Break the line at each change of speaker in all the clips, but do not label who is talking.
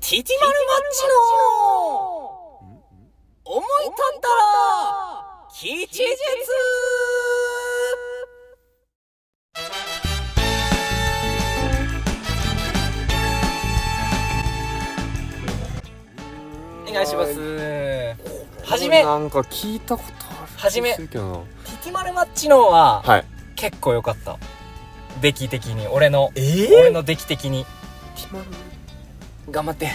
縮まるマッチの思い立ったら吉日お願いしますはじめ
なんか聞いたことある
はじめ
気するけどな
縮まるマッチのは
はい
結構良かった出来的に俺の
え
俺の出来的に
決まる
頑張って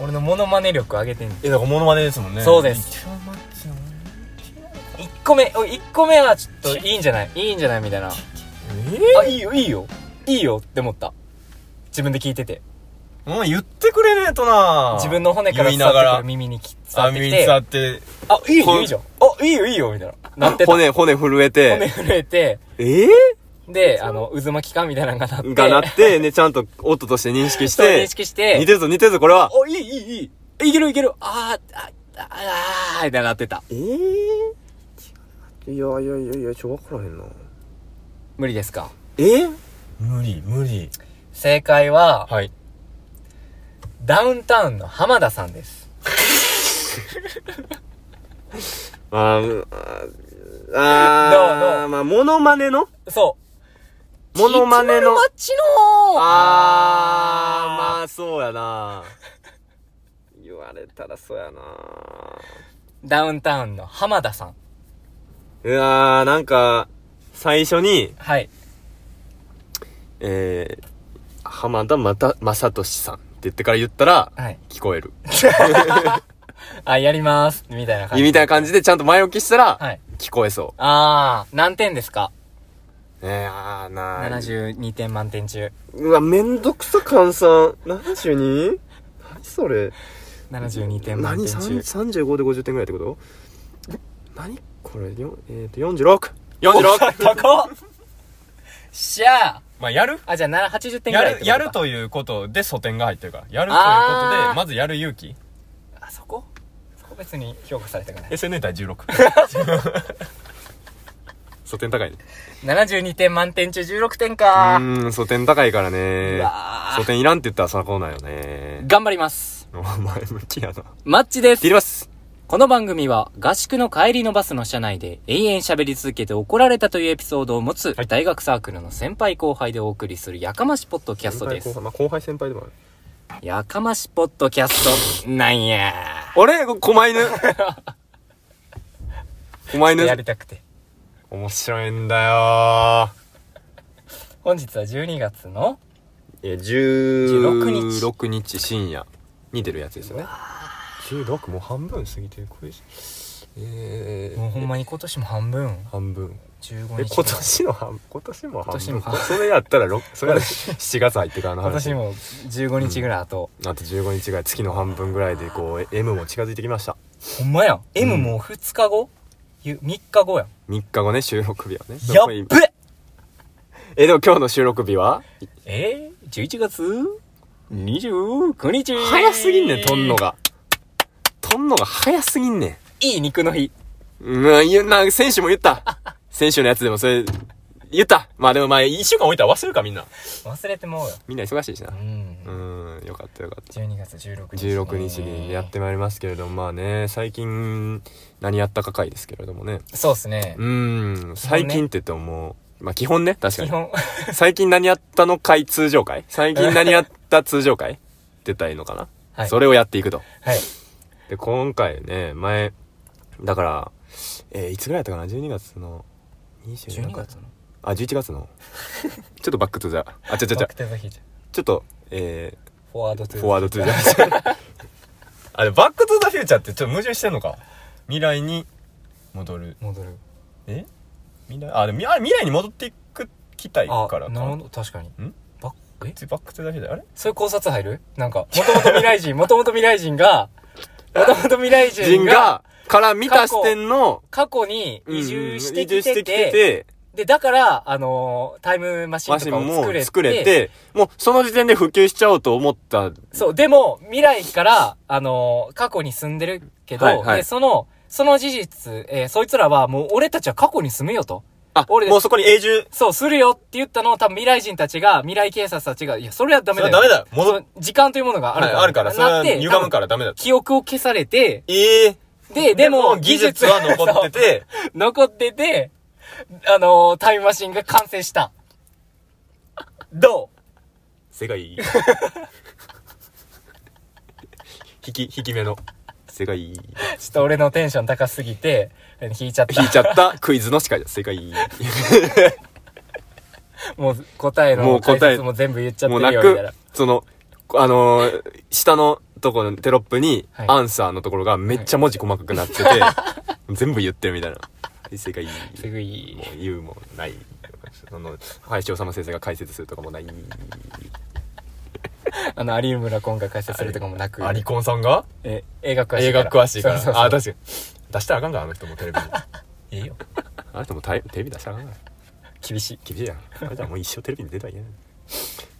俺のモノマネ力上げてみ
えだからモノマネですもんね
そうです
一番マッチの
1個目おい1個目はちょっといいんじゃないいいんじゃないみたいな
え
あいいよいいよいいよって思った自分で聞いてて
えもう言ってくれねえとな
自分の骨から
言い
伝わ
なが
ってく
ら
る耳にき伝わ
あ
って
耳
き
に
て
伝わ
あ
って
いい
ほ
よ
ん
いいじゃんあいいよいいよみたいななってた骨
骨骨震えて
震えて
ええ
であの渦巻きかみたいなのがなって
がなってねちゃんと音として認識し
そう認
て
識して
似てるぞ似てるぞこれは
おいいいいいいいけるいけるあーあああーみたいななってた
ええいやいやいやいやちょわからへんな
無理ですか
え無理無理
正解は、
はい
ダウンタウンの浜田さんです
あーあ
どうど
ーまあモノマネの
そう
モノマネの
マッチの
あーまあそうやな 言われたらそうやな
ダウンタウンの浜田さん
うわーなんか最初に
はい
えー、浜田また正俊さんって言ってから言ったら
はい
聞こえる
あやりますみたいな感じ
みたいな感じでちゃんと前置きしたら
はい
聞こえそ
あー何点ですか
う。ねえ、あーなー
72点満点中
うわ、めんどくさ換算。72? 何それ
72点満
何
点
さん
中
35で50点ぐらいってこと何これよえっ、ー、と、46!46! 46
高っしゃあ
まあ、やる
あじゃあな80点ぐ
や
らいって
る、
こと
や
か
るということで素点が入ってるから。やるということ
あー
で、まずやる勇気。
あそこそこ別に評価されたくない
SN 対16。
素点高いね。
72点満点中16点
う
か
ーん、素点高いから
う
ね。
わー
素点いらんって言ったらそらこうなんよね。
頑張ります
お前向きやな。
マッチです
切ります
この番組は合宿の帰りのバスの車内で永遠喋り続けて怒られたというエピソードを持つ
はい
大学サークルの先輩後輩でお送りするやかましポッドキャストです
後輩。まあ、後輩先輩でもある。
やかましポッドキャストなんや
あれ狛犬狛
や
犬
りたくて。
面白いんだよ
本日は12月の
いや、
16
16日深夜に出るやつですよね。16もう半分過ぎてる。これ、え
もうほんまに今年も半分。
半分。
15日。
え、今年の半、今年も半分。
今年も半分
それやったらろ、 それやったら7月入ってからの
今
話。
年も15日ぐらい後。
あと15日ぐらい、月の半分ぐらいで、こう、え M も近づいてきました。
ほんまやん。M もう2日後 ?3 日後やん。
3日後ね、収録日はね。
やっべ
え、でも今日の収録日は
えー、11月29日
早すぎんねん、とんの。が。とんのが早すぎんねん。
いい肉の日。
うん、いや、な、選手も言った。選手のやつでもそれ、言った。まあでもまあ、一週間置いたら忘れるか、みんな。
忘れてもうよ。
みんな忙しいしな
う。ん
うん、よかったよかった。
12月16日ね
16日にやってまいりますけれども、まあね、最近、何やったか回ですけれどもね。
そうっすね
うん、最近って言ってももう、まあ基本ね、確か
基
に。
本
最近何やったの回通常回最近何やった通常回って言ったらいいのかな、
はい
それをやっていくと。
はい
で、今回ね、前、だから、えーいつぐらいだったかな ?12 月の27
12月の
あ、11 月の。ちょっとバックトゥザ。あ、ちゃちゃち
バッ
ゃ
ク。トゥザフューチャー
ちょっと、え
フォワードト
ー、
ゥ
フォワードトゥザ。
あれ、バックトゥザフューチャーってちょっと矛盾してんのか。未来に戻る。
戻る
え未来、あ、でもみあれ未来に戻っていく、きたい
あ
からか。
なるほど確かに
ん
バックえ
別にバックトゥザフューチャー、あれ
そういう考察入るなんかもともと未来人 もともと未来人がもともと未来
人
人が
が、から見た視点の、
過去に
うん
移住して
移
き
住しててき
て
てて、
でだからあのータイムマシン
マ
と
シン
かを
も
作れて
作れて、もうその時点で普及しちゃおうと思った。
そうでも未来からあのー過去に住んでるけど、
はいはい
でそのその事実、えーそいつらはもう俺たちは過去に住むよと
あ、
俺
もうそこに永住。
そう、するよって言ったのを多分未来人たちが、未来警察たちが、いや、それはダメだよ。
それはダメだよ戻
その時間というものがある
はい
から。
あるから、それ
な
は
って
歪むからダメだ
多分。記憶を消されて、
ええ
で、でも、
技術は残っ
て、
てて、
そう残ってて、あのータイムマシンが完成した。ど
世界。 引き、引き目の。世界。引
うちょっと俺のテンション高すぎて、引いちゃった
い。ちゃったクイズの司会だ。世界。
もう答え
も
の
う答
解
え
説も全部言っちゃって
もう
るよ、
な
みたいな
く。、その、あのー下のところのテロップに、
はい
アンサーのところがめっちゃ文字細かくなってて、全部言ってるみたいな。はい世界。
すぐいい
も。う言うもない。その、林修先生が解説するとかもない。
あの、有村今回解説するとかもなく。
アリコンさんが
え、映画詳しい
映
から。
画詳しいから。
そうそうそう
あ、確かに。出したらあかんから、あの人もテレビ
え
に。
えよ。
あなたもうタイテレビ出したらあかんから。
厳しい。
厳しいやん。あなたもう一生テレビに出たらいけない。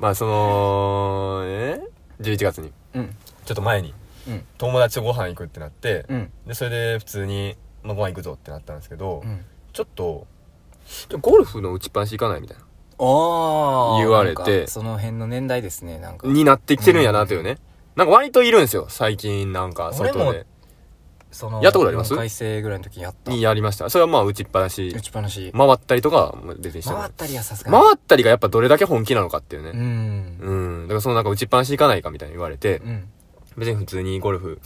まあ、その、ね、11月に。
うん。
ちょっと前に
うん。
友達とご飯行くってなって、
うん。
でそれで普通に、まあ、ご飯行くぞってなったんですけど、
うん。
ちょっと
ゴルフの打ちっぱなし行かないみたいな。
ああ。
言われて
なんかその辺の年代ですね、なんか。
になってきてるんやなというね。なんか割といるんですよ、最近なんか、
俺も
外で。
その、
やったことあります
4回生ぐらいの時やった。
にやりました。それはまあ打ちっぱなし
打。ちっぱなし。
回ったりとか、別にしてな
回
い
っ。たりはさすがに。
回ったりがやっぱどれだけ本気なのかっていう
う
ね。
ん。
うん。だからそのなんか打ちっぱなし行かないかみたいに言われて、
うん。
別に普通にゴルフ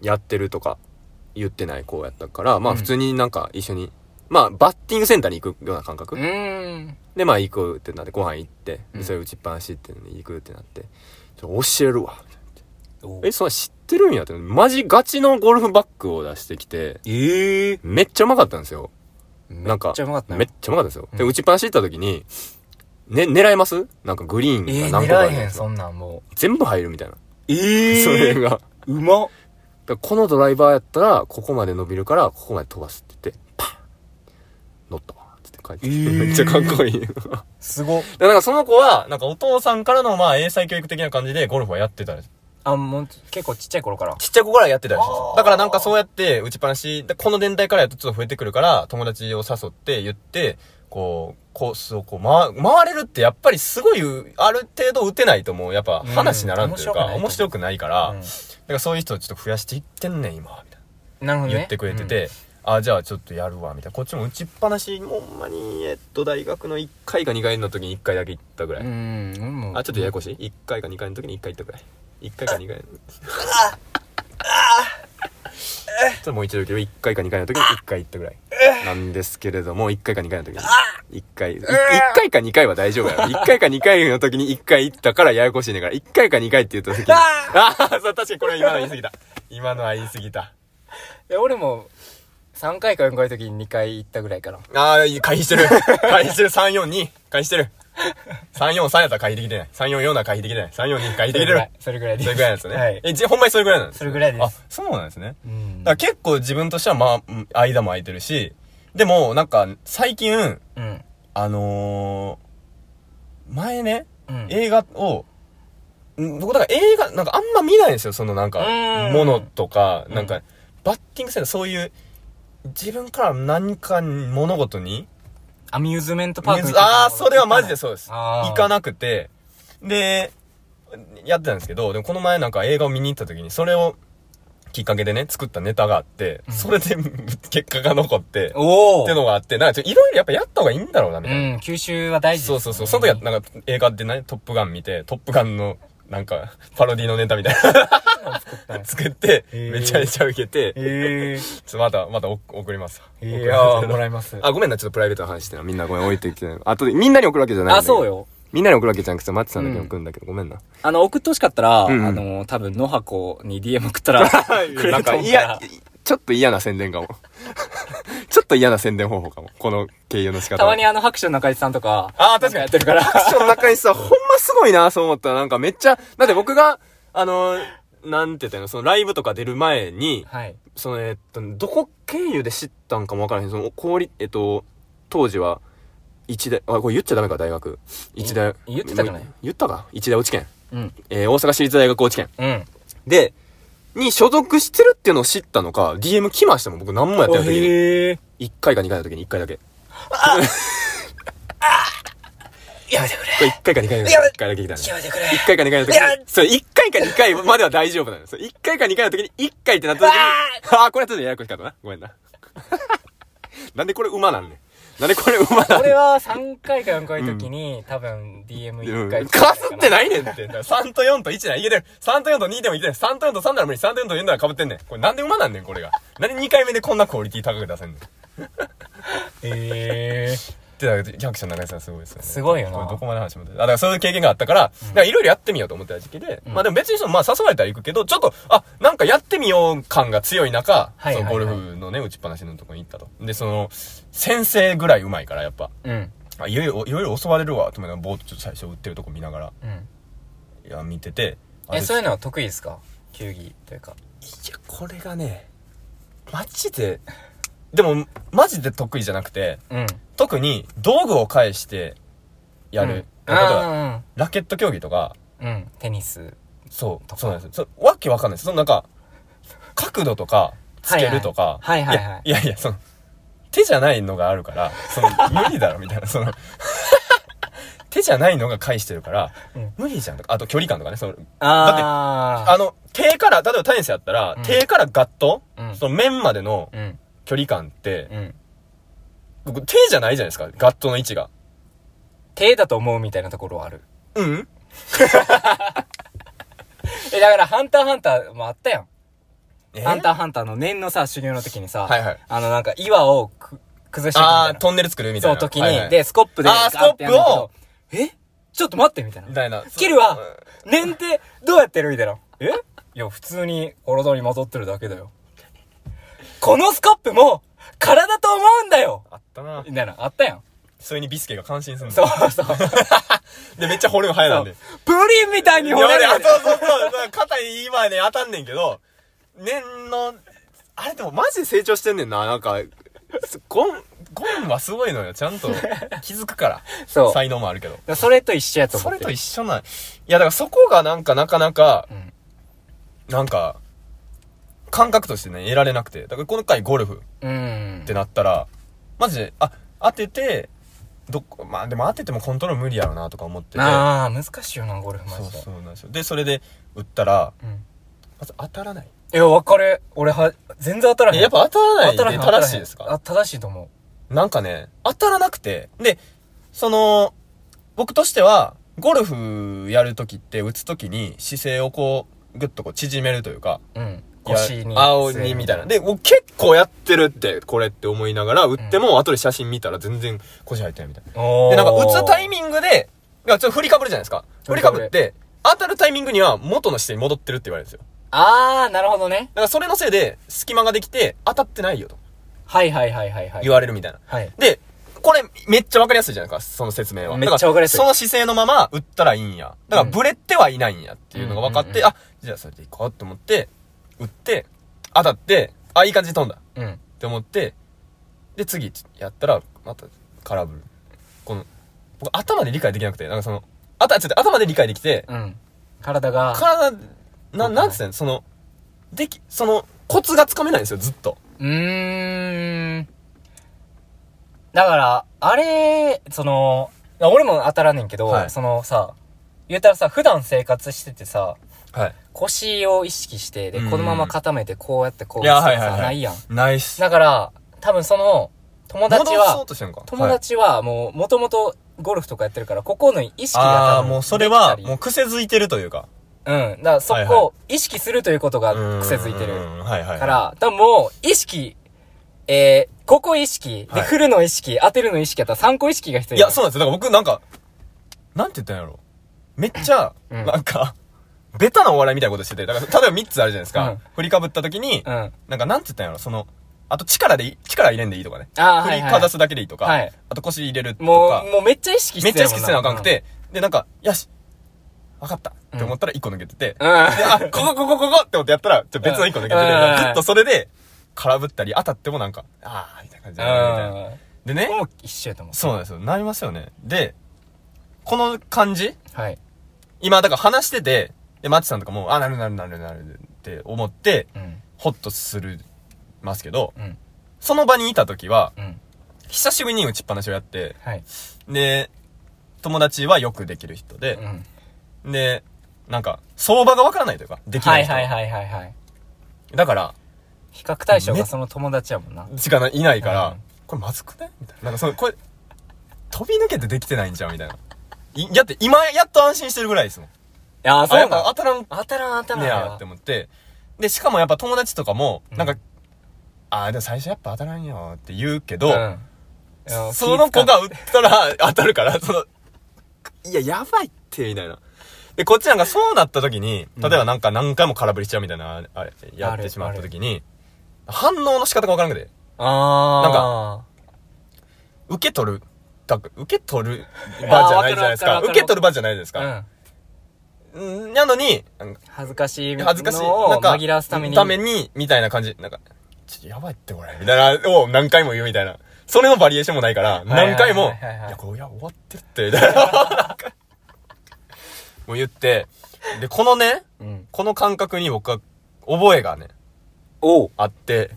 やってるとか言ってない子やったから、まあ
うん
普通になんか一緒に、まあバッティングセンターに行くような感覚
う。ん。
で、まあ行くってなって、ご飯行って、
う
で
ん
それ打ちっぱなしっていうのに行くってなって、ちょ教えるわ。
お
え、そんな知ってるんやって、マジガチのゴルフバッグを出してきて、
ええ。
めっちゃうまかったんですよ。
め
なん
っ
か
ちゃうまかったな
めっちゃうまかったですよ。で、
うん
打ちっぱなし行った時に、ね、狙えますなんかグリーン
ええ、
が何個かあ
狙
る
え
じゃ
へ
ないで
ん、
すか
そんなんも
全部入るみたいな。
う。え
それが。だか
うまっ。
らこのドライバーやったら、ここまで伸びるから、ここまで飛ばすって言って、パン乗ったわ。つって書いて、
えー
めっちゃかっこいい。です
ごっ。
なんかその子は、
なんかお父さんからのまあ英才教育的な感じでゴルフはやってたらしい
あ、もう、結構ちっちゃい頃から。
ちっちゃい子からやってたらしいです
あー
だからなんかそうやって打ちっぱなしでこの年代からやるとちょっと増えてくるから友達を誘って言ってこうコースをこう回回れるってやっぱりすごいある程度打てないともうやっぱ話にならんというか、
うん面白
面白くないから、
うん
だからそういう人をちょっと増やしていってんねん今みたいな。
なるほどね。
言ってくれてて、あじゃあちょっとやるわみたいなこっちも打ちっぱなしほんまにえっと大学の1回か2回の時に1回だけ行ったぐら
う
い、
ん。うん。俺も
あ、ちょっとややこしい ?1 回か2回の時に1回行ったぐらい。1回か2回の。ちょっともう一度言うけど、1回か2回の時に1回行ったぐらい。なんですけれども、1回か2回の時に。1回。1回か2回は大丈夫やろ。1回か2回の時に1回行ったからややこしいねんから、1回か2回って言った時に。ああそう確かにこれ今の言い過ぎた。
今のは言い過ぎた
いや、俺も、3回か4回の時に2回行ったぐらいかな。
あー回避してる回避してる342回避してる343やったら回避できてない344なら回避できてない342回避できてる
それぐらいで
そ
す。
れぐらいなんですよね、
はい。
えじほんまにそれぐらいなんです
それぐらいです
あそうなんですね、
うん
だから結構自分としてはまあうん間も空いてるしでもなんか最近
うん。
あのー、前ね
うん。
映画を、うん僕だから映画、なんかあんま見ないんですよ、そのなんか
う、ん
ものとか、
うん
なんか、バッティングセンター、そういう、自分から何か物事に、
アミューズメントパークみたいな
ああー、それはマジでそうです。
あー
行かなくて、で、やってたんですけど、でもこの前なんか映画を見に行った時に、それを、きっかけでね、作ったネタがあって、
うん
それで 結果が残って、っ
おお
てのがあって、なんかいろいろやっぱやった方がいいんだろうな、み
う
たいな。
ん、吸収は大事
そうそうそう。その時は、
や
なんか、映画でね、トップガン見て、トップガンの、なんか、パロディのネタみたい
たん
な。 作って、
へー
めちゃめちゃ受けて、ちょ
え
っとまた、またお送ります。
え。
送
い
り
や
ます
ー、もらいます。
あ、ごめんな、ちょっとプライベートの話してな。みんなごめん、置いてきてない。あとで、みんなに送るわけじゃないん
あ、
だけど
そう。よ。
みんなに送るわけじゃなくて、マッチさんだけに送るんだけど、ごめんな。
あの、送ってほしかったら、あ
うんうん
の、多分、野箱に DM 送ったら、くれ
な
る
ん
と
か
思う
い
から
や、ちょっと嫌な宣伝かも。ちょっと嫌な宣伝方法かも。この経由の仕方は。
たまにあの、拍手の中井さんとか、
あー確かに
なんやってるから。
その中にさ、ほんますごいな、そう思ったら、なんかめっちゃ、だって僕が、あの、なんて言ったらいいの、そのライブとか出る前に、
はい。
その、えっと、どこ経由で知ったんかもわからへん。その、氷、えっと、当時は、一大、あ、これ言っちゃダメか、大学。一大。
え言ってたかね
言ったか一大落ち研。
うん。
えー大阪市立大学落ち研。
うん。
で、に所属してるっていうのを知ったのか、DM 来ましたもん、僕何もやってない時に。
へえ。
1回か2回の時に1回だけ。
やめてくれ。
これ1回か2回の時
やめ
1回だけ来たね。
やめてくれ。
1回か2回の時
いや
に、そう、1回か2回までは大丈夫なのよ。そう、1回か2回の時に、1回ってなった時に、ああー、これはちょっとややこしかったな。ごめんな。 なんでこれ馬なんねんなんでこれ馬なん
俺
ねん
は3回か4回の時に、多分 DM1
う
回
ん。かすって
い
ないねんっ
っ
て。
て3と4と1ならいけてる。3と4と2でもいけてる。3と4と3なら無理。3と4と4なら被ってんねん。これなんで馬なんねん、これが。なんで2回目でこんなクオリティ高く出せんねん。
えー。
ってなるとジャンクションの中井さんすごいですよね。
すごいよな
これどこまで話も出て。あ、だからそういう経験があったから、だからいろいろやってみようと思ってた時期で、まあでも別にその、まあ誘われたら行くけど、ちょっと、あ、なんかやってみよう感が強い中、
はいはいはい
そのゴルフのね、打ちっぱなしのとこに行ったと。で、その、先生ぐらい上手いから、やっぱ。
うん。
あ、いよいよ、いろいろ襲われるわ、と思いながら、ぼーっとちょっと最初打ってるとこ見ながら、
うん。
いや、見てて。あ
え、そういうのは得意ですか球技というか。
いや、これがね、マジで、でも、マジで得意じゃなくて、
うん。
特に道具を返してやる。
う
例
ん
えば、
あ
ラケット競技とか、
ーうん。うん。テニス。
そう、そうなんですよ。そわけわかんないです。そのなんか、角度とか、つけるとか、
はいはいはいはいはい
やいやいや、その、手じゃないのがあるから、そ の、無理だろ、みたいな、その、手じゃないのが返してるから、
うん
無理じゃんとか、あと距離感とかね、その、
あ
あの、手から、例えばテニスやったら、
うん
手からガッと、
うん
その面までの
あの、うん。
距離感って、
うん。
僕手じゃないじゃないですか、ガットの位置が。
手だと思うみたいなところはある。
うん
え、だから、ハンターハンターもあったやん。
え
ハンターハンターの念のさ、修行の時にさ、
はいはい
あの、なんか、岩をく崩していくみた
あ
い
ー、
な。
トンネル作るみた
そ
いうな。
時に、
はいはい
で、スコップで、
あー
ガってやんだけど
ス
えちょっと待って、みたいな
み。たいな。
スキルは、念って、どうやってるみたいな。えいや、普通に体に混ざってるだけだよ。このスコップも、体と思うんだよ
あったな
みたいな、あったやん。
それにビスケが感心するんだ
そ
よ
うそう。
で、めっちゃ掘るの早なんで。
プリンみたいに
い
掘
や
れ
俺
る
あそうそうそう。だから肩に今ね、当たんねんけど、年の、
あれでもマジで成長してんねんな。なんか、
すゴン、ゴンはすごいのよ。ちゃんと気づくから。
そう
才能もあるけど。
それと一緒やと思
そ
って
れ
る。
と一緒なん。いや、だからそこがなんかなかなか、
うん
なんか、感覚としてね、得られなくて。だから今回ゴルフ
うん
ってなったら、マジで、あ、当てて、どっかまあでも当ててもコントロール無理やろなとか思ってて。
ああ難しいよなゴルフマ
そう
ジで
そうなんですよ。で、それで打ったら、
うん
まず当たらない。
いや分かる俺は全然当たらへん
えやっぱ当たら
当たら
ない
へ
で
ん
正しいですか
あ正しいと思
なんかね、当たらなくて。で、その、僕としては、ゴルフやるときって、打つときに姿勢をこう、ぐっとこう縮めるというか、
ううん腰に
青にみたいな。
で
で、お結構やってるって、これって思いながら、打っても、後で写真見たら全然腰入ってないみたいな。で、
な
なんか打つタイ
ング
ミングで、いやちょっと振りかぶるじゃないですか。振りかぶって、当たるタイミングには元の姿勢に戻ってるって言われるんですよ。
ああなるほどね
だからそれのせいで、隙間ができて、当たってないよと
はいはいはいはいはい
言われるみたいな。
はい
で、これ、めっちゃわかりやすいじゃないですか、その説明は。
めっちゃわかりやすい
だらその姿勢のまま打ったらいいんや。だから、
うん
ブレてはいないんやっていうのが分かっ
うんうん
て、
うん
あ、じゃあそれでいこうって思って、打って、当たって、あ、いい感じで飛んだっ
うん
て思って、で、次やったら、また空振る。この、僕頭で理解できなくて、なんかその、あた、ちょっと頭で理解できて、
うん体が
体、な、なんつったんその、でき、その、コツがつかめないんですよ、ずっと。
うーんだからあれその俺も当たらんねんけど、
はい
そのさ言うたらさ普段生活しててさ
はい。
腰を意識して、で、
うん
このまま固めて、こうやってこう
いや
やって
はいはい
さ、
はい
ないやん。
ナイス。
だから、多分その、友達
戻そ
は
う、としてんのか。
友達はもう、もともとゴルフとかやってるから、ここの意識
あ
が
あ
多
ー、
分。
もうそれは、
でき
も
た
う癖づいてるというか。
りうん。だからそ
はい
こ
は
を意識するということが癖づいて
うん
る。
はいはい。
から、多分もう、意識、えー、ここ意識、
は
で、
い
振るの意識、当てるの意識やったら3個意識が必要
いや、そうなんですよ。だから僕なんか、なんて言ったんやろ。めっちゃ、
うん
なんか、ベタなお笑いみたいなことしてて。だから、例えば3つあるじゃないですか。
うん
振りかぶった時に、
うん。あ
なんかなんて言ったんやろ。その、あと力でいい、力入れんでいいとかね。
あー、
振
はい
り
はい。
かざすだけでいいとか。
はい
あと腰入れると
も
か
う、。もうめっちゃ意識して
めっちゃ意識せなあかんく。て、で、なんか、よし、わかったって思ったら1個抜けてて、
うん。うん
であ、ここ、ここ、ここって思ってやったら、ちょ別の1個抜けてて、
うん
ずっとそれで、空振ったり当たってもなんか、あー、みたいな感じだなみたいな。
う
で
ん。もう
ね、
一緒やと思う。
そうなんですよ。なりますよね。で、この感じ
はい。
今、だから話してて、で、マッチさんとかも、あ、なるなるなるなるって思って、
うん。
ホッとする、ますけど、
うん。
その場にいた時は、
うん。
久しぶりに打ちっぱなしをやって、
はい。
で、友達はよくできる人
う
で、
ん。
で、なんか、相場がわからないというか、でき
は
ない
い
人。
はいはいはいはい。
だから、
比較対象がその友達やもんな。
時間がいないか
うん
ら、これまずくないみたいな。なんかその、これ、飛び抜けてできてないんじゃんみたいな。いだって今、やっと安心してるぐらいですもん。
ああ、
あ、
そう
や
な
っぱ
の
当たらんね
当たらん当たらんあれ
や
は
って思って。で、しかもやっぱ友達とかも、
うん
なんか、ああ、でも最初やっぱ当たらんよって言うけど、
うんいや
その子が打ったら当たるから、その、いや、やばいって、みたいな。で、こっちなんかそうなった時に、例えばなんか何回も空振りしちゃうみたいな、あれ、やってしまった時に、反応の仕方がわからなくて、
あー。
なんか受け取る、たく受け取る場じゃないじゃないです
あーわかるわかるわ
か。
かる
受け取る場じゃないですか。
うん。
うんなのに、なんか
恥ずかしい。
恥ずかしい。
の
な
を
んか、
紛らわすために。
にみたいな感じ。なんか、ちょっとやばいってこれ。みたいな、を何回も言うみたいな。それのバリエーションもないか
い
ら、
はい
何回も、
はいはいはい
いや、これ、いや、終わってるって、みたいな。なん かもう言って、で、このね、
うん。
この感覚に僕は、覚えがね、
おう。
あって、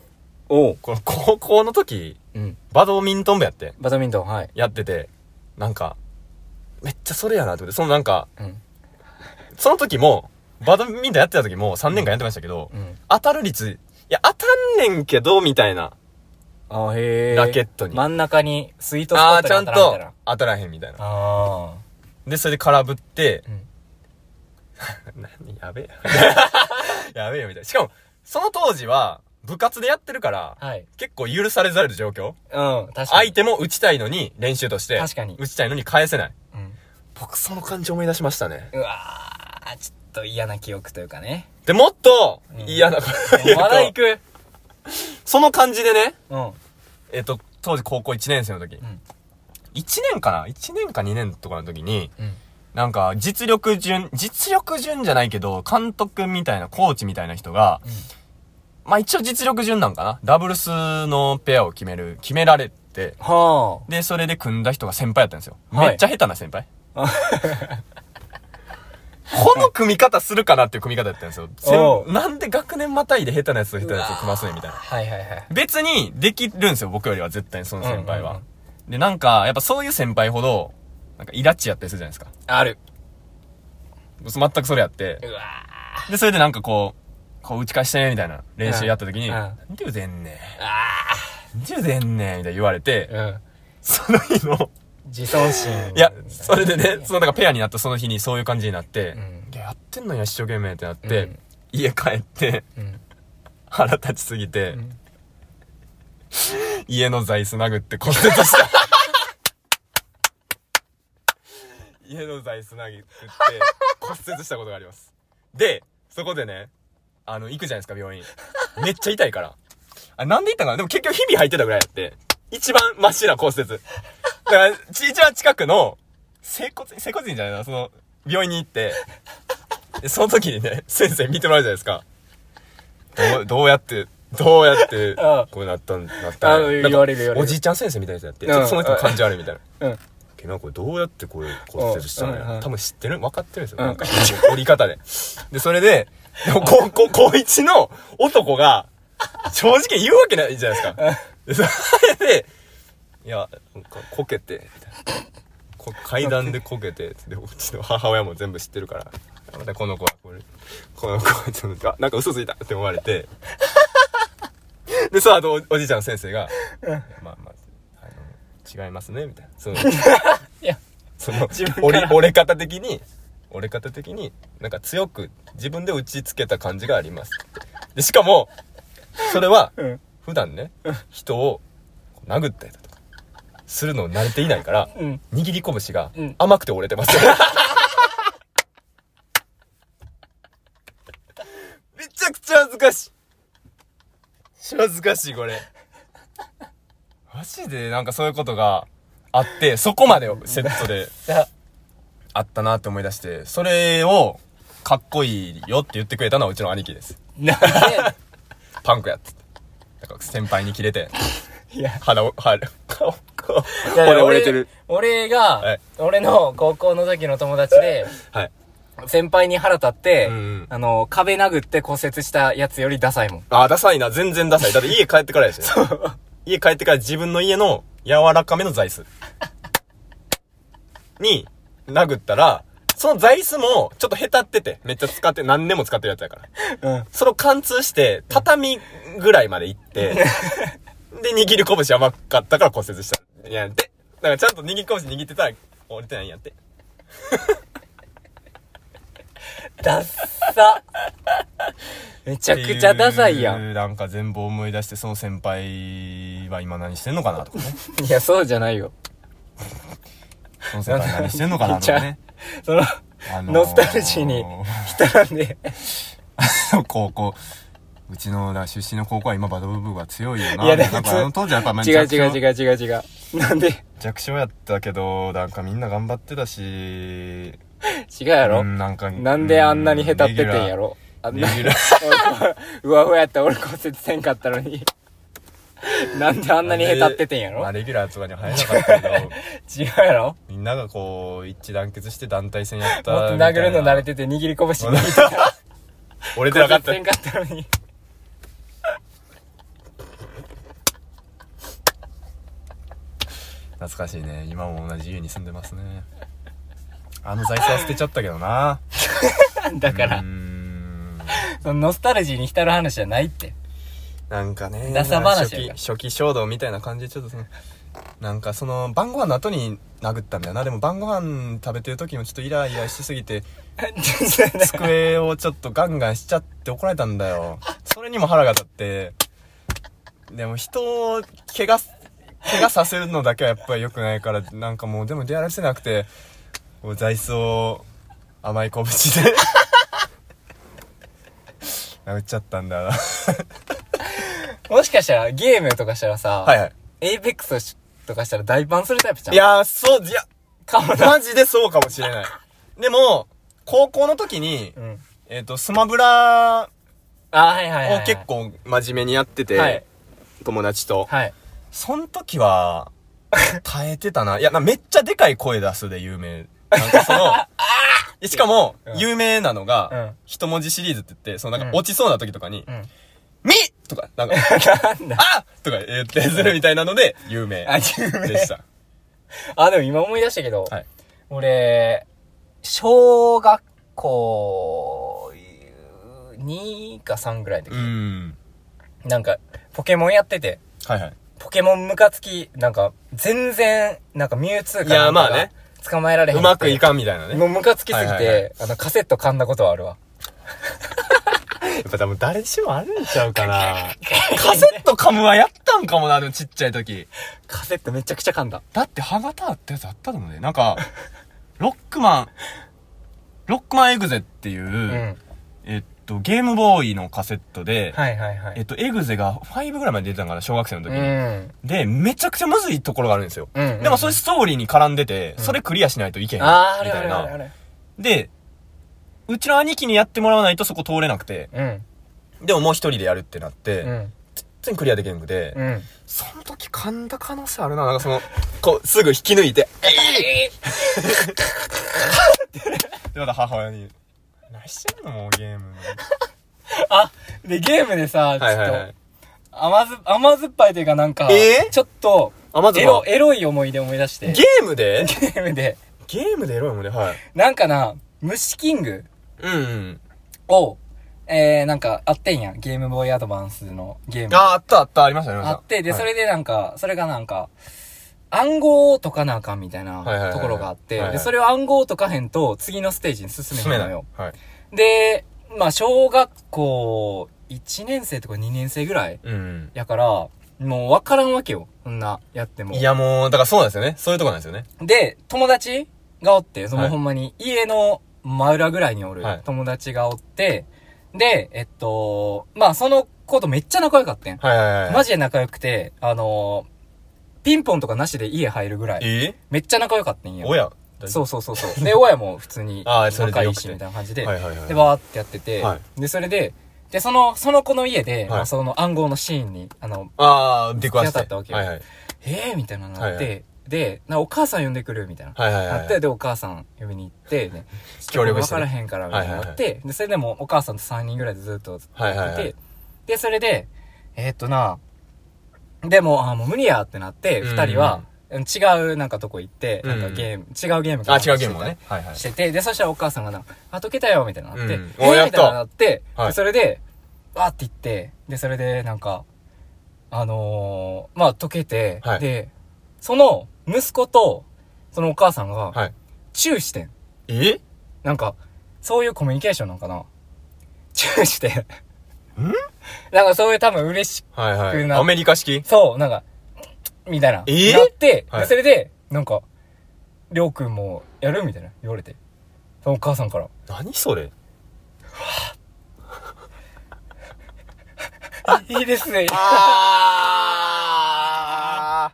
おう。
この高校の時、
うん。
バドミントン部やって、
バドミントン、はい。
やってて、なんか、めっちゃそれやなって思って、そのなんか、
うん。
その時も、バドミントンやってた時も3年間やってましたけど、
うん。
当たる率、いや、当たんねんけど、みたいな。
あへえ。
ラケットに
真ん中にスイートスポ
あ
ッ
あー、
ト
ちゃん
に当たらんみたいな
と当たらへんみたいな。
あ
で、それで空振って
う、ん
何やべえ。 やべえよみたいな。しかも、その当時は、部活でやってるから、
あ。はい。
結構許されざる状況
うん。確かに。
相手も打ちたいのに、練習として。
確かに
打ちたいのに返せない。
うん。
僕、その感じ思い出しましたね。
うわー、ちょっと嫌な記憶というかね。
で、もっと
う、ん
嫌なこと言うと
まだ行く。
その感じでね、
うん。
えっと、当時高校1年生の時。
ん
1年かな ?1 年か2年とかの時に、
うん。
なんか、実力順、実力順じゃないけど、監督みたいな、コーチみたいな人が、まあ一応実力順なんかな。ダブルスのペアを決める、決められて、
は
で、それで組んだ人が先輩やったんですよ。
はい
めっちゃ下手な 先輩。この組み方するかなっていう組み方やったんですよ。せ
おうん
なんで学年またいで下手なやつと下手なやつを組ますねんみたいな
あ。。はいはいはい。
別にできるんですよ、僕よりは絶対にその先輩は。
うんうん
で、なんか、やっぱそういう先輩ほど、なんかイラッチやったりするじゃないですか。
ある。
全くそれやって。
うわ
で、それでなんかこう、こう打ち返してね、みたいな練習やった時に、
うんうん
なんで打てんねん。なんで打てんねん、みたいな言われて、
ー。うん。
その日の、
自尊心。
いや、それでね、その、だからペアになったその日にそういう感じになって、
うん
いややってんのに一生懸命ってなって、
うん
家帰って、
うん。
腹立ちすぎて、
ん
家の座椅子殴って骨折した。家の座椅子殴って骨折したことがあります。で、そこでね、あの、行くじゃないですか、病院。めっちゃ痛いから。あ、なんで行ったんかなでも結局日々入ってたぐらいやって。一番真っ白な骨折。だから、ち一番近くの、整骨院、整骨院じゃないな、その、病院に行って、でその時にね、先生見てもらうじゃないですか。どう、どうやって、 どうやって
ああ、
こうなったん、なったん
ああ
や
言われる言われる
おじいちゃん先生みたいな人やって、
うん
ちょっとその人感じ悪いみたいな。
うん。
けどなんかこれどうやってこれ骨折したの
うんうんう
や
ん
多分知ってる分かってるんですよ。
ん
なんか、折り方で。で、それで、でも高校、高一の男が、正直言うわけないじゃないですか。でそれで、いや、なんかこけて、みたいな。こ階段でこけて、で、うちの母親も全部知ってるから、またこの子は、これ、この子は、ちょっとあ、なんか嘘ついたって思われて、で、その後お、おじいちゃんの先生が、まあまあ、あの、違いますね、みたいな。 その、
や
その
自分か、ら
折り、折れ方的に、折れ方的に、なんか強く、自分で打ちつけた感じがあります。で、しかも、それは、
うん。
普段ね、人をこう殴ったりだとか、するのを慣れていないから、
うん
握り拳が
うん
甘くて折れて ます。めちゃくちゃ恥ずかしい。恥ずかしい、これ。マジで、なんかそういうことがあって、そこまでセットで
だ
あったなって思い出して、それを、かっこいいよって言ってくれたのはうちの兄貴です。
なん
パンクやっつって。なんか先輩にキレて。
で、いや。
鼻を、はい、顔、顔、
いや
俺折れてる。。
俺俺が、
はい
俺の高校の時の友達で、
はい。
先輩に腹立って、
うんうん
あの、壁殴って骨折したやつよりダサいもん。
あ、ダサいな、全然ダサい。だって家帰ってからやしね。家帰ってから自分の家の柔らかめの座椅子。に、殴ったら、その座椅子も、ちょっとへたってて、めっちゃ使って、何年も使ってるやつやから。
うん。
それを貫通して、畳ぐらいまで行 って、で、握り拳甘かったから骨折した。いやんて。だからちゃんと握り拳握ってたら、折れてないんやって。
ダッサ。 めちゃくちゃダサいや
って
ん。
うなんか全部思い出して、その先輩は今何してんのかなとか ね。
いや、そうじゃないよ。
その先輩何してんのかなとかね。
その、
あ
ノスタルジーに浸らんで。
高校。うちのだ出身の高校は今バドブブーが強いよな。
いやでも
なんかあの当時はやっぱめっ
違
ちゃ
う違う違う違う違う。なんで
弱小やったけど、なんかみんな頑張ってたし、
違うやろ
うんなんか
なんであんなに下手っててんやろあんな
レギュラー
うわふわやったら俺骨折せんかったの に。なんであ
あ
んなに下手っててんや
ま
ろ
あレギュラーとかには入らなかった けど、
違うやろ
みんながこう、一致団結して団体戦やった
もっと
みたい
殴るの慣れてて握り拳握り たら
俺で
骨
なか
折
った
せん。かったのに。
懐かしいね。今も同じ家に住んでますね。あの財産は捨てちゃったけどな。
だか
うー
ら、
ん。
そのノスタルジーに浸る話じゃない って。
なんかね、
ダサ話や
初
から
期、初期衝動みたいな感じで、ちょっとその、なんかその、晩ご飯の後に殴ったんだよな。でも晩ご飯食べてる時もちょっとイライラしすぎて、机をちょっとガンガンしちゃって怒られたんだよ。それにも腹が立って。でも人を怪我す、怪我させるのだけはやっぱり良くないから、なんかもうでも出歩せなくて、こう座椅子を甘い拳で殴っちゃったんだな。
もしかしたらゲームとかしたらさ、
はいはい。
エイペックスとかしたら大パンするタイプじゃん。
い、やー、そう、いや、
顔な。
マジでそうかもしれない。でも、高校の時に
う、ん。
えっ、と、スマブラ
あ、はいはいはい、
を
はい。
結構真面目にやってて、
はい
友達と。
はい。
そん時は、耐えてたな。いや、なめっちゃでかい声出すで有名。なんかその、いや しかも
う、ん
有名なの
う
が
ん、
一文字シリーズって言って、そのなん
うん
か落ちそうな時とかに
う、ん。
みとか、なんか、
なんだ。
あとか言ってするみたいなので、有 名
あ、
で
有名。
した。
あ、でも今思い出したけど、
はい
俺、小学校2か3ぐらいの
う
時、
ん。
なんか、ポケモンやってて、
はいはい。
ポケモンムカつき、なんか、全然、なんかミュウツーかなんか
いやまあね
が捕まえられへん
うまくいかんみたいなね。
もうムカつきすぎて、
はいはいは
あの、カセット噛んだことはあるわ。
やっぱ多分誰しもあるんちゃうかな。カセットカムはやったんかもな、でもちっちゃい時。
カセットめちゃくちゃ噛んだ。
だって歯型あったやつあったと思うね。な んか、ロックマン、ロックマンエグゼっていう、
うん。
えっと、ゲームボーイのカセットで、
はいはいは
えっ
い。
と、エグゼが5ぐらいまで出てたんから、小学生の
う
時に。
ん。
で、めちゃくちゃむずいところがあるんですよ。
うんうん
でも、それストーリーに絡んでて、それクリアしないといけへん。み
あー、あ
たい
れあれあれあ
な。
れ。
で、うちの兄貴にやってもらわないとそこ通れなくて、
うん。
でももう一人でやるってなって、
うん。
全然クリアできなくて、
うん。
その時噛んだ可能性あるな。なんかその、こう、すぐ引き抜いて、で、また母親に、何してんのもうゲーム。
あ、で、ゲームでさ、ちょっと、
はいはいはい。
甘酸っ甘酸っぱいというかなんか、
えー
ちょっと、
あ、まず
エ
は
ロ、、エロい思い出思い出して、
ゲームで
ゲームで、
ゲームでエロいもんね、はい。
なんかな、虫キング
うん、うん。
を、えー、なんか、あってんやん。ゲームボーイアドバンスのゲーム。
あ、あったあった、ありましたね、ありま
あ
した。
って、で、
はい
そ、れでなんか、それがなんか、暗号を解かなあかんみたい
はいはいはい
な
はい
ところがあって
はいは、い
で、それを暗号を解かへんと、次のステージに進め
進め
へん
な
の
い
よ。。
はい。
で、まあ、小学校1年生とか2年生ぐらい
うん。
やから、もう分からんわけよ。そんな、やっても。
いやもう、だからそうなんですよね。そういうとこなんですよね。
で、友達がおって、そ
は
の
い
ほんまに家の真裏ぐらいにおる
はい
友達がおって、で、えっと、まあその子とめっちゃ仲良かったん。
はいはいはい。
マジで仲良くて、あのーピンポンとかなしで家入るぐらい、
え
めっちゃ仲良かったんや。
親
そうそうそう そう。で、親も普通に
あーそれ
仲い
でよ
い
く
してみたいな感じで、
はいはいはい
で、わーってやってて、
は
で、それで、で、その、その子の家で、
い
まあその暗号のシーンに、あの、
あー、出くわして。
付き合ったわけよ
はいはい。
えーみたいなのがあって、
はいは
で、なお母さん呼んでくるみたいな。
はいはい
なっ
は
て、
い。
で、お母さん呼びに行って、ね、
協力して
分
ね
からへんから、みたいなのがあって、で、それでもお母さんと3人ぐらいでずっと、
はいはいはい
て、で、それで、えーっとな、でも、あーもう無理やってなって、
うん
二人は、うん違うなんかとこ行って、なんかゲーム、違うゲーム
あ、違うゲームもね。はいはい。
してて、で、そしたらお母さんがなんか、あ、解けたよ、みたいなのなって、
うん
え
お
ー
や
み
った
いなのなって、
はい
でそれで、わーって言って、で、それで、なんか、あのーまあ、解けて、
はい
で、その、息子と、そのお母さんが、
はい。
チューしてん。
え
なんか、そういうコミュニケーションなんかな。 チューして。ん なんかそういう多分嬉し
はいは
く
い。
な
アメリカ式
そう、なんか、みたいな。
えー
なって、
はい
でそれで、なんか、りょうくんもやるみたいな言われて。そのお母さんから。
何それ
いいですね。
あ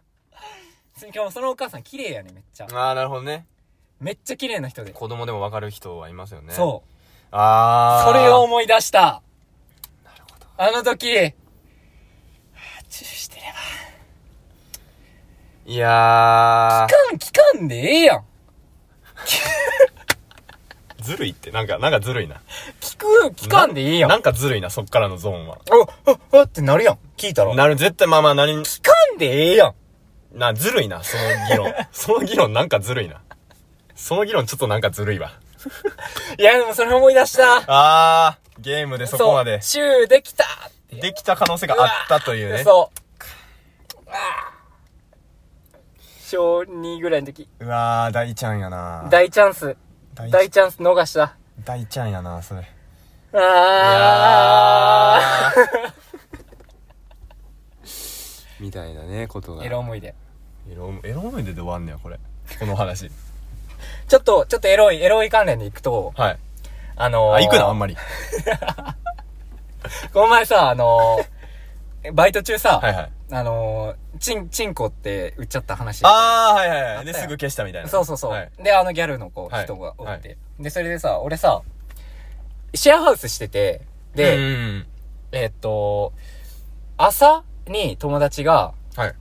しかもそのお母さん綺麗やね、めっちゃ
ー。あー、なるほどね。
めっちゃ綺麗な人で。
子供でもわかる人はいますよね。。
そうう。
あ
そ
ー。
れを思い出した。あの時、はあチューしてれば。
いや
期間、期間でええやん。
ー。ずるいって、なんか、なんかずるいな。
聞く、期間でええやん。
なんかずるいな、そっからのゾーンは。
お、お、おってなるやん。聞いたら。期
なる、絶対まあまあ何、
間でええやん。
な、ずるいな、その議 論。その議論なんかずるいな。その議論ちょっとなんかずるいわ。
いや、でもそれ思い出した。
あー、ゲームでそこまで
う。チューできたって。
できた可能性があったというね。
そう。小2ぐらいの時、
うわー、大ちゃんやな
大チャンス、
大
大チャンス逃した。
大ちゃんやなそれ。
あ
みたいなね、ことが。
エロ思い出。
エロ、エロ思い出で終わんねや、これ。こ の話。
ちょっと、ちょっとエロい、エロい関連で行くと、
はい。
あのー、
あ、行くな、あんまり。
この前さ、あのー、バイト中さ、
はいはい。
あのー、チン、チンコって売っちゃった話。
あー、はいはい
あ
は
っ
い。
た
で、
よ
すぐ消したみたいな。
そうそうそう。
はい。
で、あのギャルの子、
はい
人がおって、
はい
で、それでさ、俺さ、シェアハウスしてて、で、
うん。
えーっと、朝に友達が、
はい。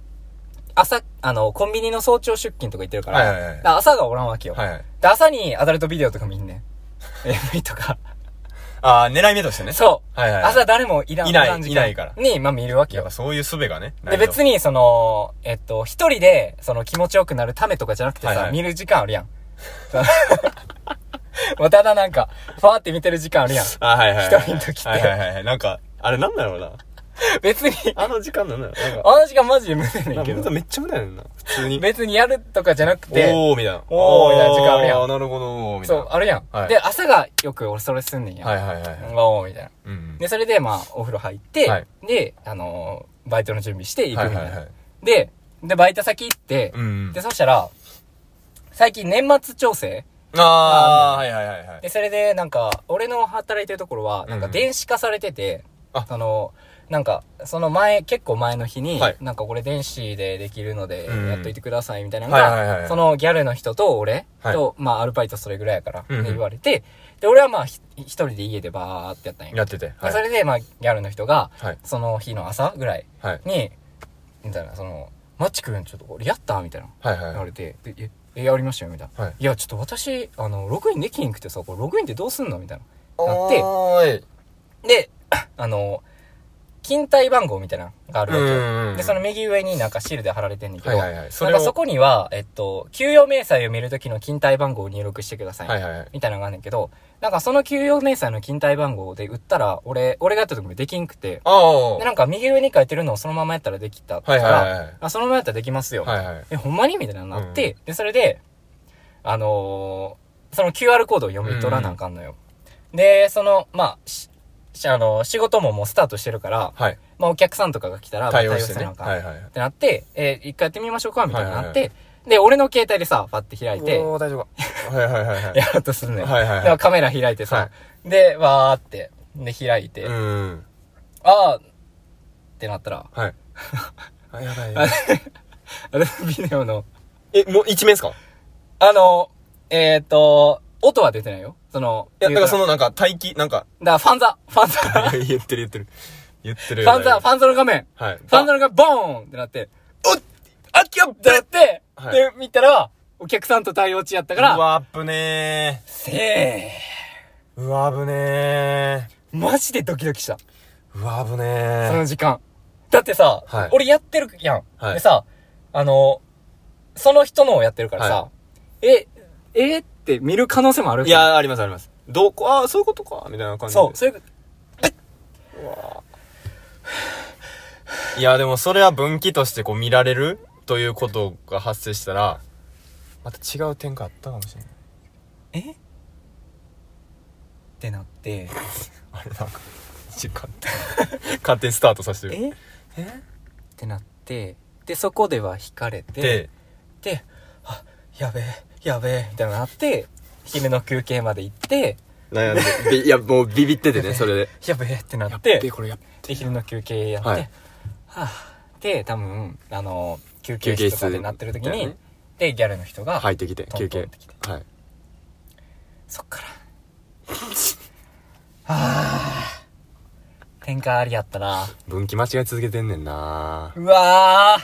朝、あの、コンビニの早朝出勤とか行ってるから、
はいはいはい
だから朝がおらんわけよ、
はいはい。
で、朝にアダルトビデオとか見んねん。MV とか。
あー、狙い目としてね。
そう。
はいはいはい
朝誰もいらん
いない
おらん時間
いないから
に、まあ見るわけ
やっ
よ
ぱ。そういう術がね。
で、別
に。
に、その、えっと、一人で、その気持ちよくなるためとかじゃなくてさ、
はいはい
見る時間あるやん。その もうただなんか、ファーって見てる時間あるやん。
あ、はいはいはい。
一人の時って
はいはいはいはい。なんか、あれなんだろうな。
別に、
あの時間なんだろう。なんか
あの時間マジで無理ね
なんんかほ
け
んと
ど。
めっちゃ無駄やねんな。普通に。
別にやるとかじゃなくて、
おー、みたいな。
おーみたいな時間あるやん
ーなるほど、みたい
そ
な。
う、あるやん。
はい
で、朝がよく俺それすんねんや。
はいはいはいはい。
おーみたいな。
うん
で、それで、まあ、お風呂入って、
はい
で、あのーバイトの準備して行くみたいな。
はいはいはい
で、で、バイト先行って、
うんうん
で、そしたら、最近年末調整
あー、はいはいはいはい
で、。それで、なんか、俺の働いてるところは、なんか
うん
電子化されてて、
あ
その、なんか、その前、結構前の日に、
はい
なんかこれ電子でできるので、
うん
やっといてください、みたいなの
はいはいはいは
が、
い
そのギャルの人と俺と、まあ、アルバイトそれぐらいやから、
うんうん
で言われて、で、俺はまあ、ひ一人で家でバーってやったんや。
やってて。
まあそれで、まあ、ギャルの人が、
はい
その日の朝ぐらい
はい。
に、みたいな、その、マッチ君、ちょっと俺やったみたいな、
はいはい
言
は
わ
い。
れて、でえ、えやりましたよ、みたいな。
はい
いや、ちょっと私、あの、ログインできんくてさ、これログインってどうすんのみたいな。
なって、おーい。
で、 あの、勤怠番号みたいなのがあるわけ
うんうんう
よ。
ん
で、その右上になんかシールで貼られてんだけど、
はいはいはいそ
なん
れを
かそこには、えっと、給与明細を見るときの勤怠番号を入力してください。
はいはいはい。
みたいなのがあるんだけど、なんかその給与明細の勤怠番号で売ったら、俺、俺がやった時もできんくて、
あ
で、なんか右上に書いてるのをそのままやったらできたか
はいはいはいはい
ら、あそのままやったらできますよ。
あ。はいはい。
え、ほんまにみたいなのになって、で、それで、あのーその QR コードを読み取らなあかんのよ。で、その、まあ、し、しあのー仕事ももうスタートしてるから、
はい。
まあお客さんとかが来たら、まあ
対応して
対
ね。
なあかん
はいはいはい
っ。てなって、えー一回やってみましょうかみたいになって、
はいはい
で、俺の携帯でさ、パッて開いて、
おー、大丈夫か。はいはいは いはい。
やろうとすんのよ。
はいはいはい
でカメラ開いてさ、
は
で、わーって、で、開いて、
う
あ
ーん。
あーってなったら、
はい。あ、やばいやばい。
あれビデオの、
え、もう一面ですか
あの、えっ、と、音は出てないよ。その、
いや、だからそ
の、
のなんか待機、な んか、
だからファンザ、ファンザ、 フ
言ってる言ってる。言ってる。
ァンザ、ファンザの画面、
はい。
ファンザの画面、ボーンってなって、
おっあきゃ
で、やって、
はい
で、見たら、お客さんと対応中やったから、
うわ、危ね
せ
ー。うわ、危ね
ー、マジでドキドキした。
ー。うわ、危ね
そ
ー
の。時間。だってさ、
はい
俺やってるやん。
はい
でさ、あの、その人のをやってるからさ、
は
え、えって見る可能性もある
い、や、ありますあります。どうこ、ああ、そういうことか、みたいな感じで。
そう、そういう、
いや、でもそれは分岐としてこう見られるということが発生したら、また違う点があったかもしれない。
えってなって、
あれなんか、時 間って。勝手にスタートさせてる。
えってなって、で、そこでは惹かれて、
で、
で、あ、やべえ、やべえ、みたいなのがあって、昼の休憩まで行って、
悩んでびいやもうビビっててねそれで
やべえってなっ
で
て、
これやっ
で昼の休憩やって、
は
はいあ、で多分あの休憩
休憩
室
室
とかでなってる時
だ
に、
よね
でギャルの人が、
入ってきて
ト
休
ントンっ
憩
てきて
はい
そっからあ展開ありやったな
分岐間違え続けてんねんな
うわ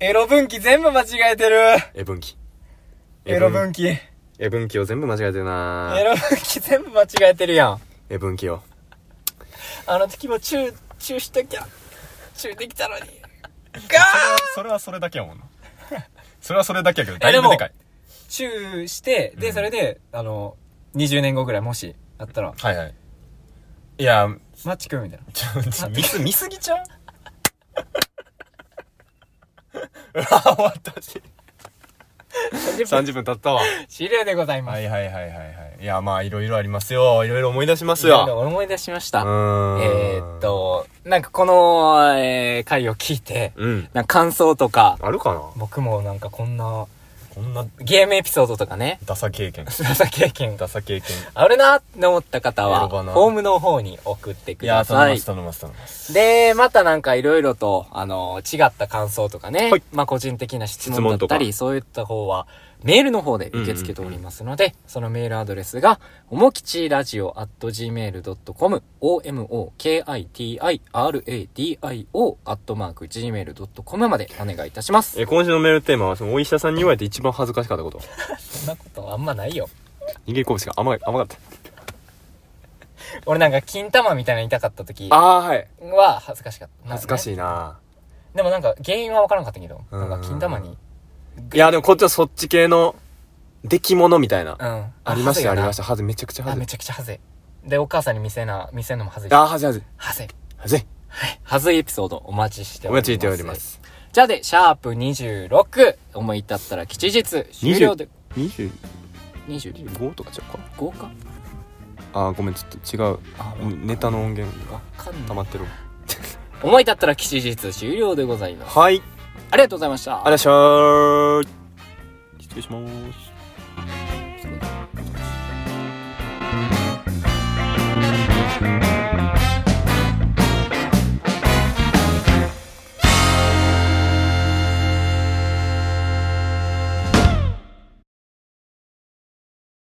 ーエロ分岐全部間違えてる
え分岐
エロ分岐エ
え分岐を全部間違えてるな
ロ分岐全部間違えてるやん
え分岐を
あの時もチューチューしときゃチューできたのに
それはそれだけやもんな。それはそれだけやけど、
だいぶでかい
い。
チューしてでそれで、あの20年後ぐらいもしあったら
はいはい。いや、
マッチ君みたいな
ちょ、ちょ見す、見すぎちゃう うわ、終わったし。
30分経ったわ
終了でございます。、
はいいはいはいはいはい。いや、まあ、いろいろありますよ。いろいろ思い出します
ろいろ
よ。
思い出しまし
う
た。え
ーん
ーっと、なんかこの、えー、回を聞いて、
うん
なんか感想とか、
あるかな
僕もなんかこんな、
こんな、
ゲームエピソードとかね、
ダサ経験。
辛さ経験
ダサ経験。
あるなって思った方
エ
は、
ロバナ
ホームの方に送ってく
い
だ
や、頼
さ
みま
い
す、。頼みます、頼みます。
で、またなんかいろいろと、あの、違った感想とかね、
はい
まあ個人的な質
質
問だ
問
っ
と
た
か
り、そういった方は、メールの方で受け付けておりますので、そのメールアドレスが、おもきちラジオ gmail.com、o-m-o-k-i-t-i-r-a-d-i-o gmail.com までお願いいたします。
え今週のメールテーマはそのお医者さんに言われて一番恥ずかしかった こと
そんなことあんまないよ。
逃げ拳が甘い甘かった
俺なんか金玉みたいなの痛かった時は
ああーはい
恥ずかしかった。
恥ずかし
い。
いな
でもなんか原因はわからんかったけど、
うん
なんか金玉に、
いやでもこっちはそっち系の出来物みたいな
うん。あ。
ありましたありましたたはずめちゃくちゃは
あ、
ず
めちゃくちゃはずい。で、お母さんに見せな、見せんのもはずい。
あーはずいはずい
はずい。
はずい
はずいエピソードお待ちしてお
お
ります。
待ちしておりま。す
じゃあで、シャープ26、思い立ったら吉日、終了で、
25
25
とかちゃうか
か
あーごめんちょっと違う
あ
ネタの音源が
わかん
溜
ない
ま。ってる
思い立ったら吉日、終了でございます。
はい
ありがとうございました。
ありがとうございました失礼します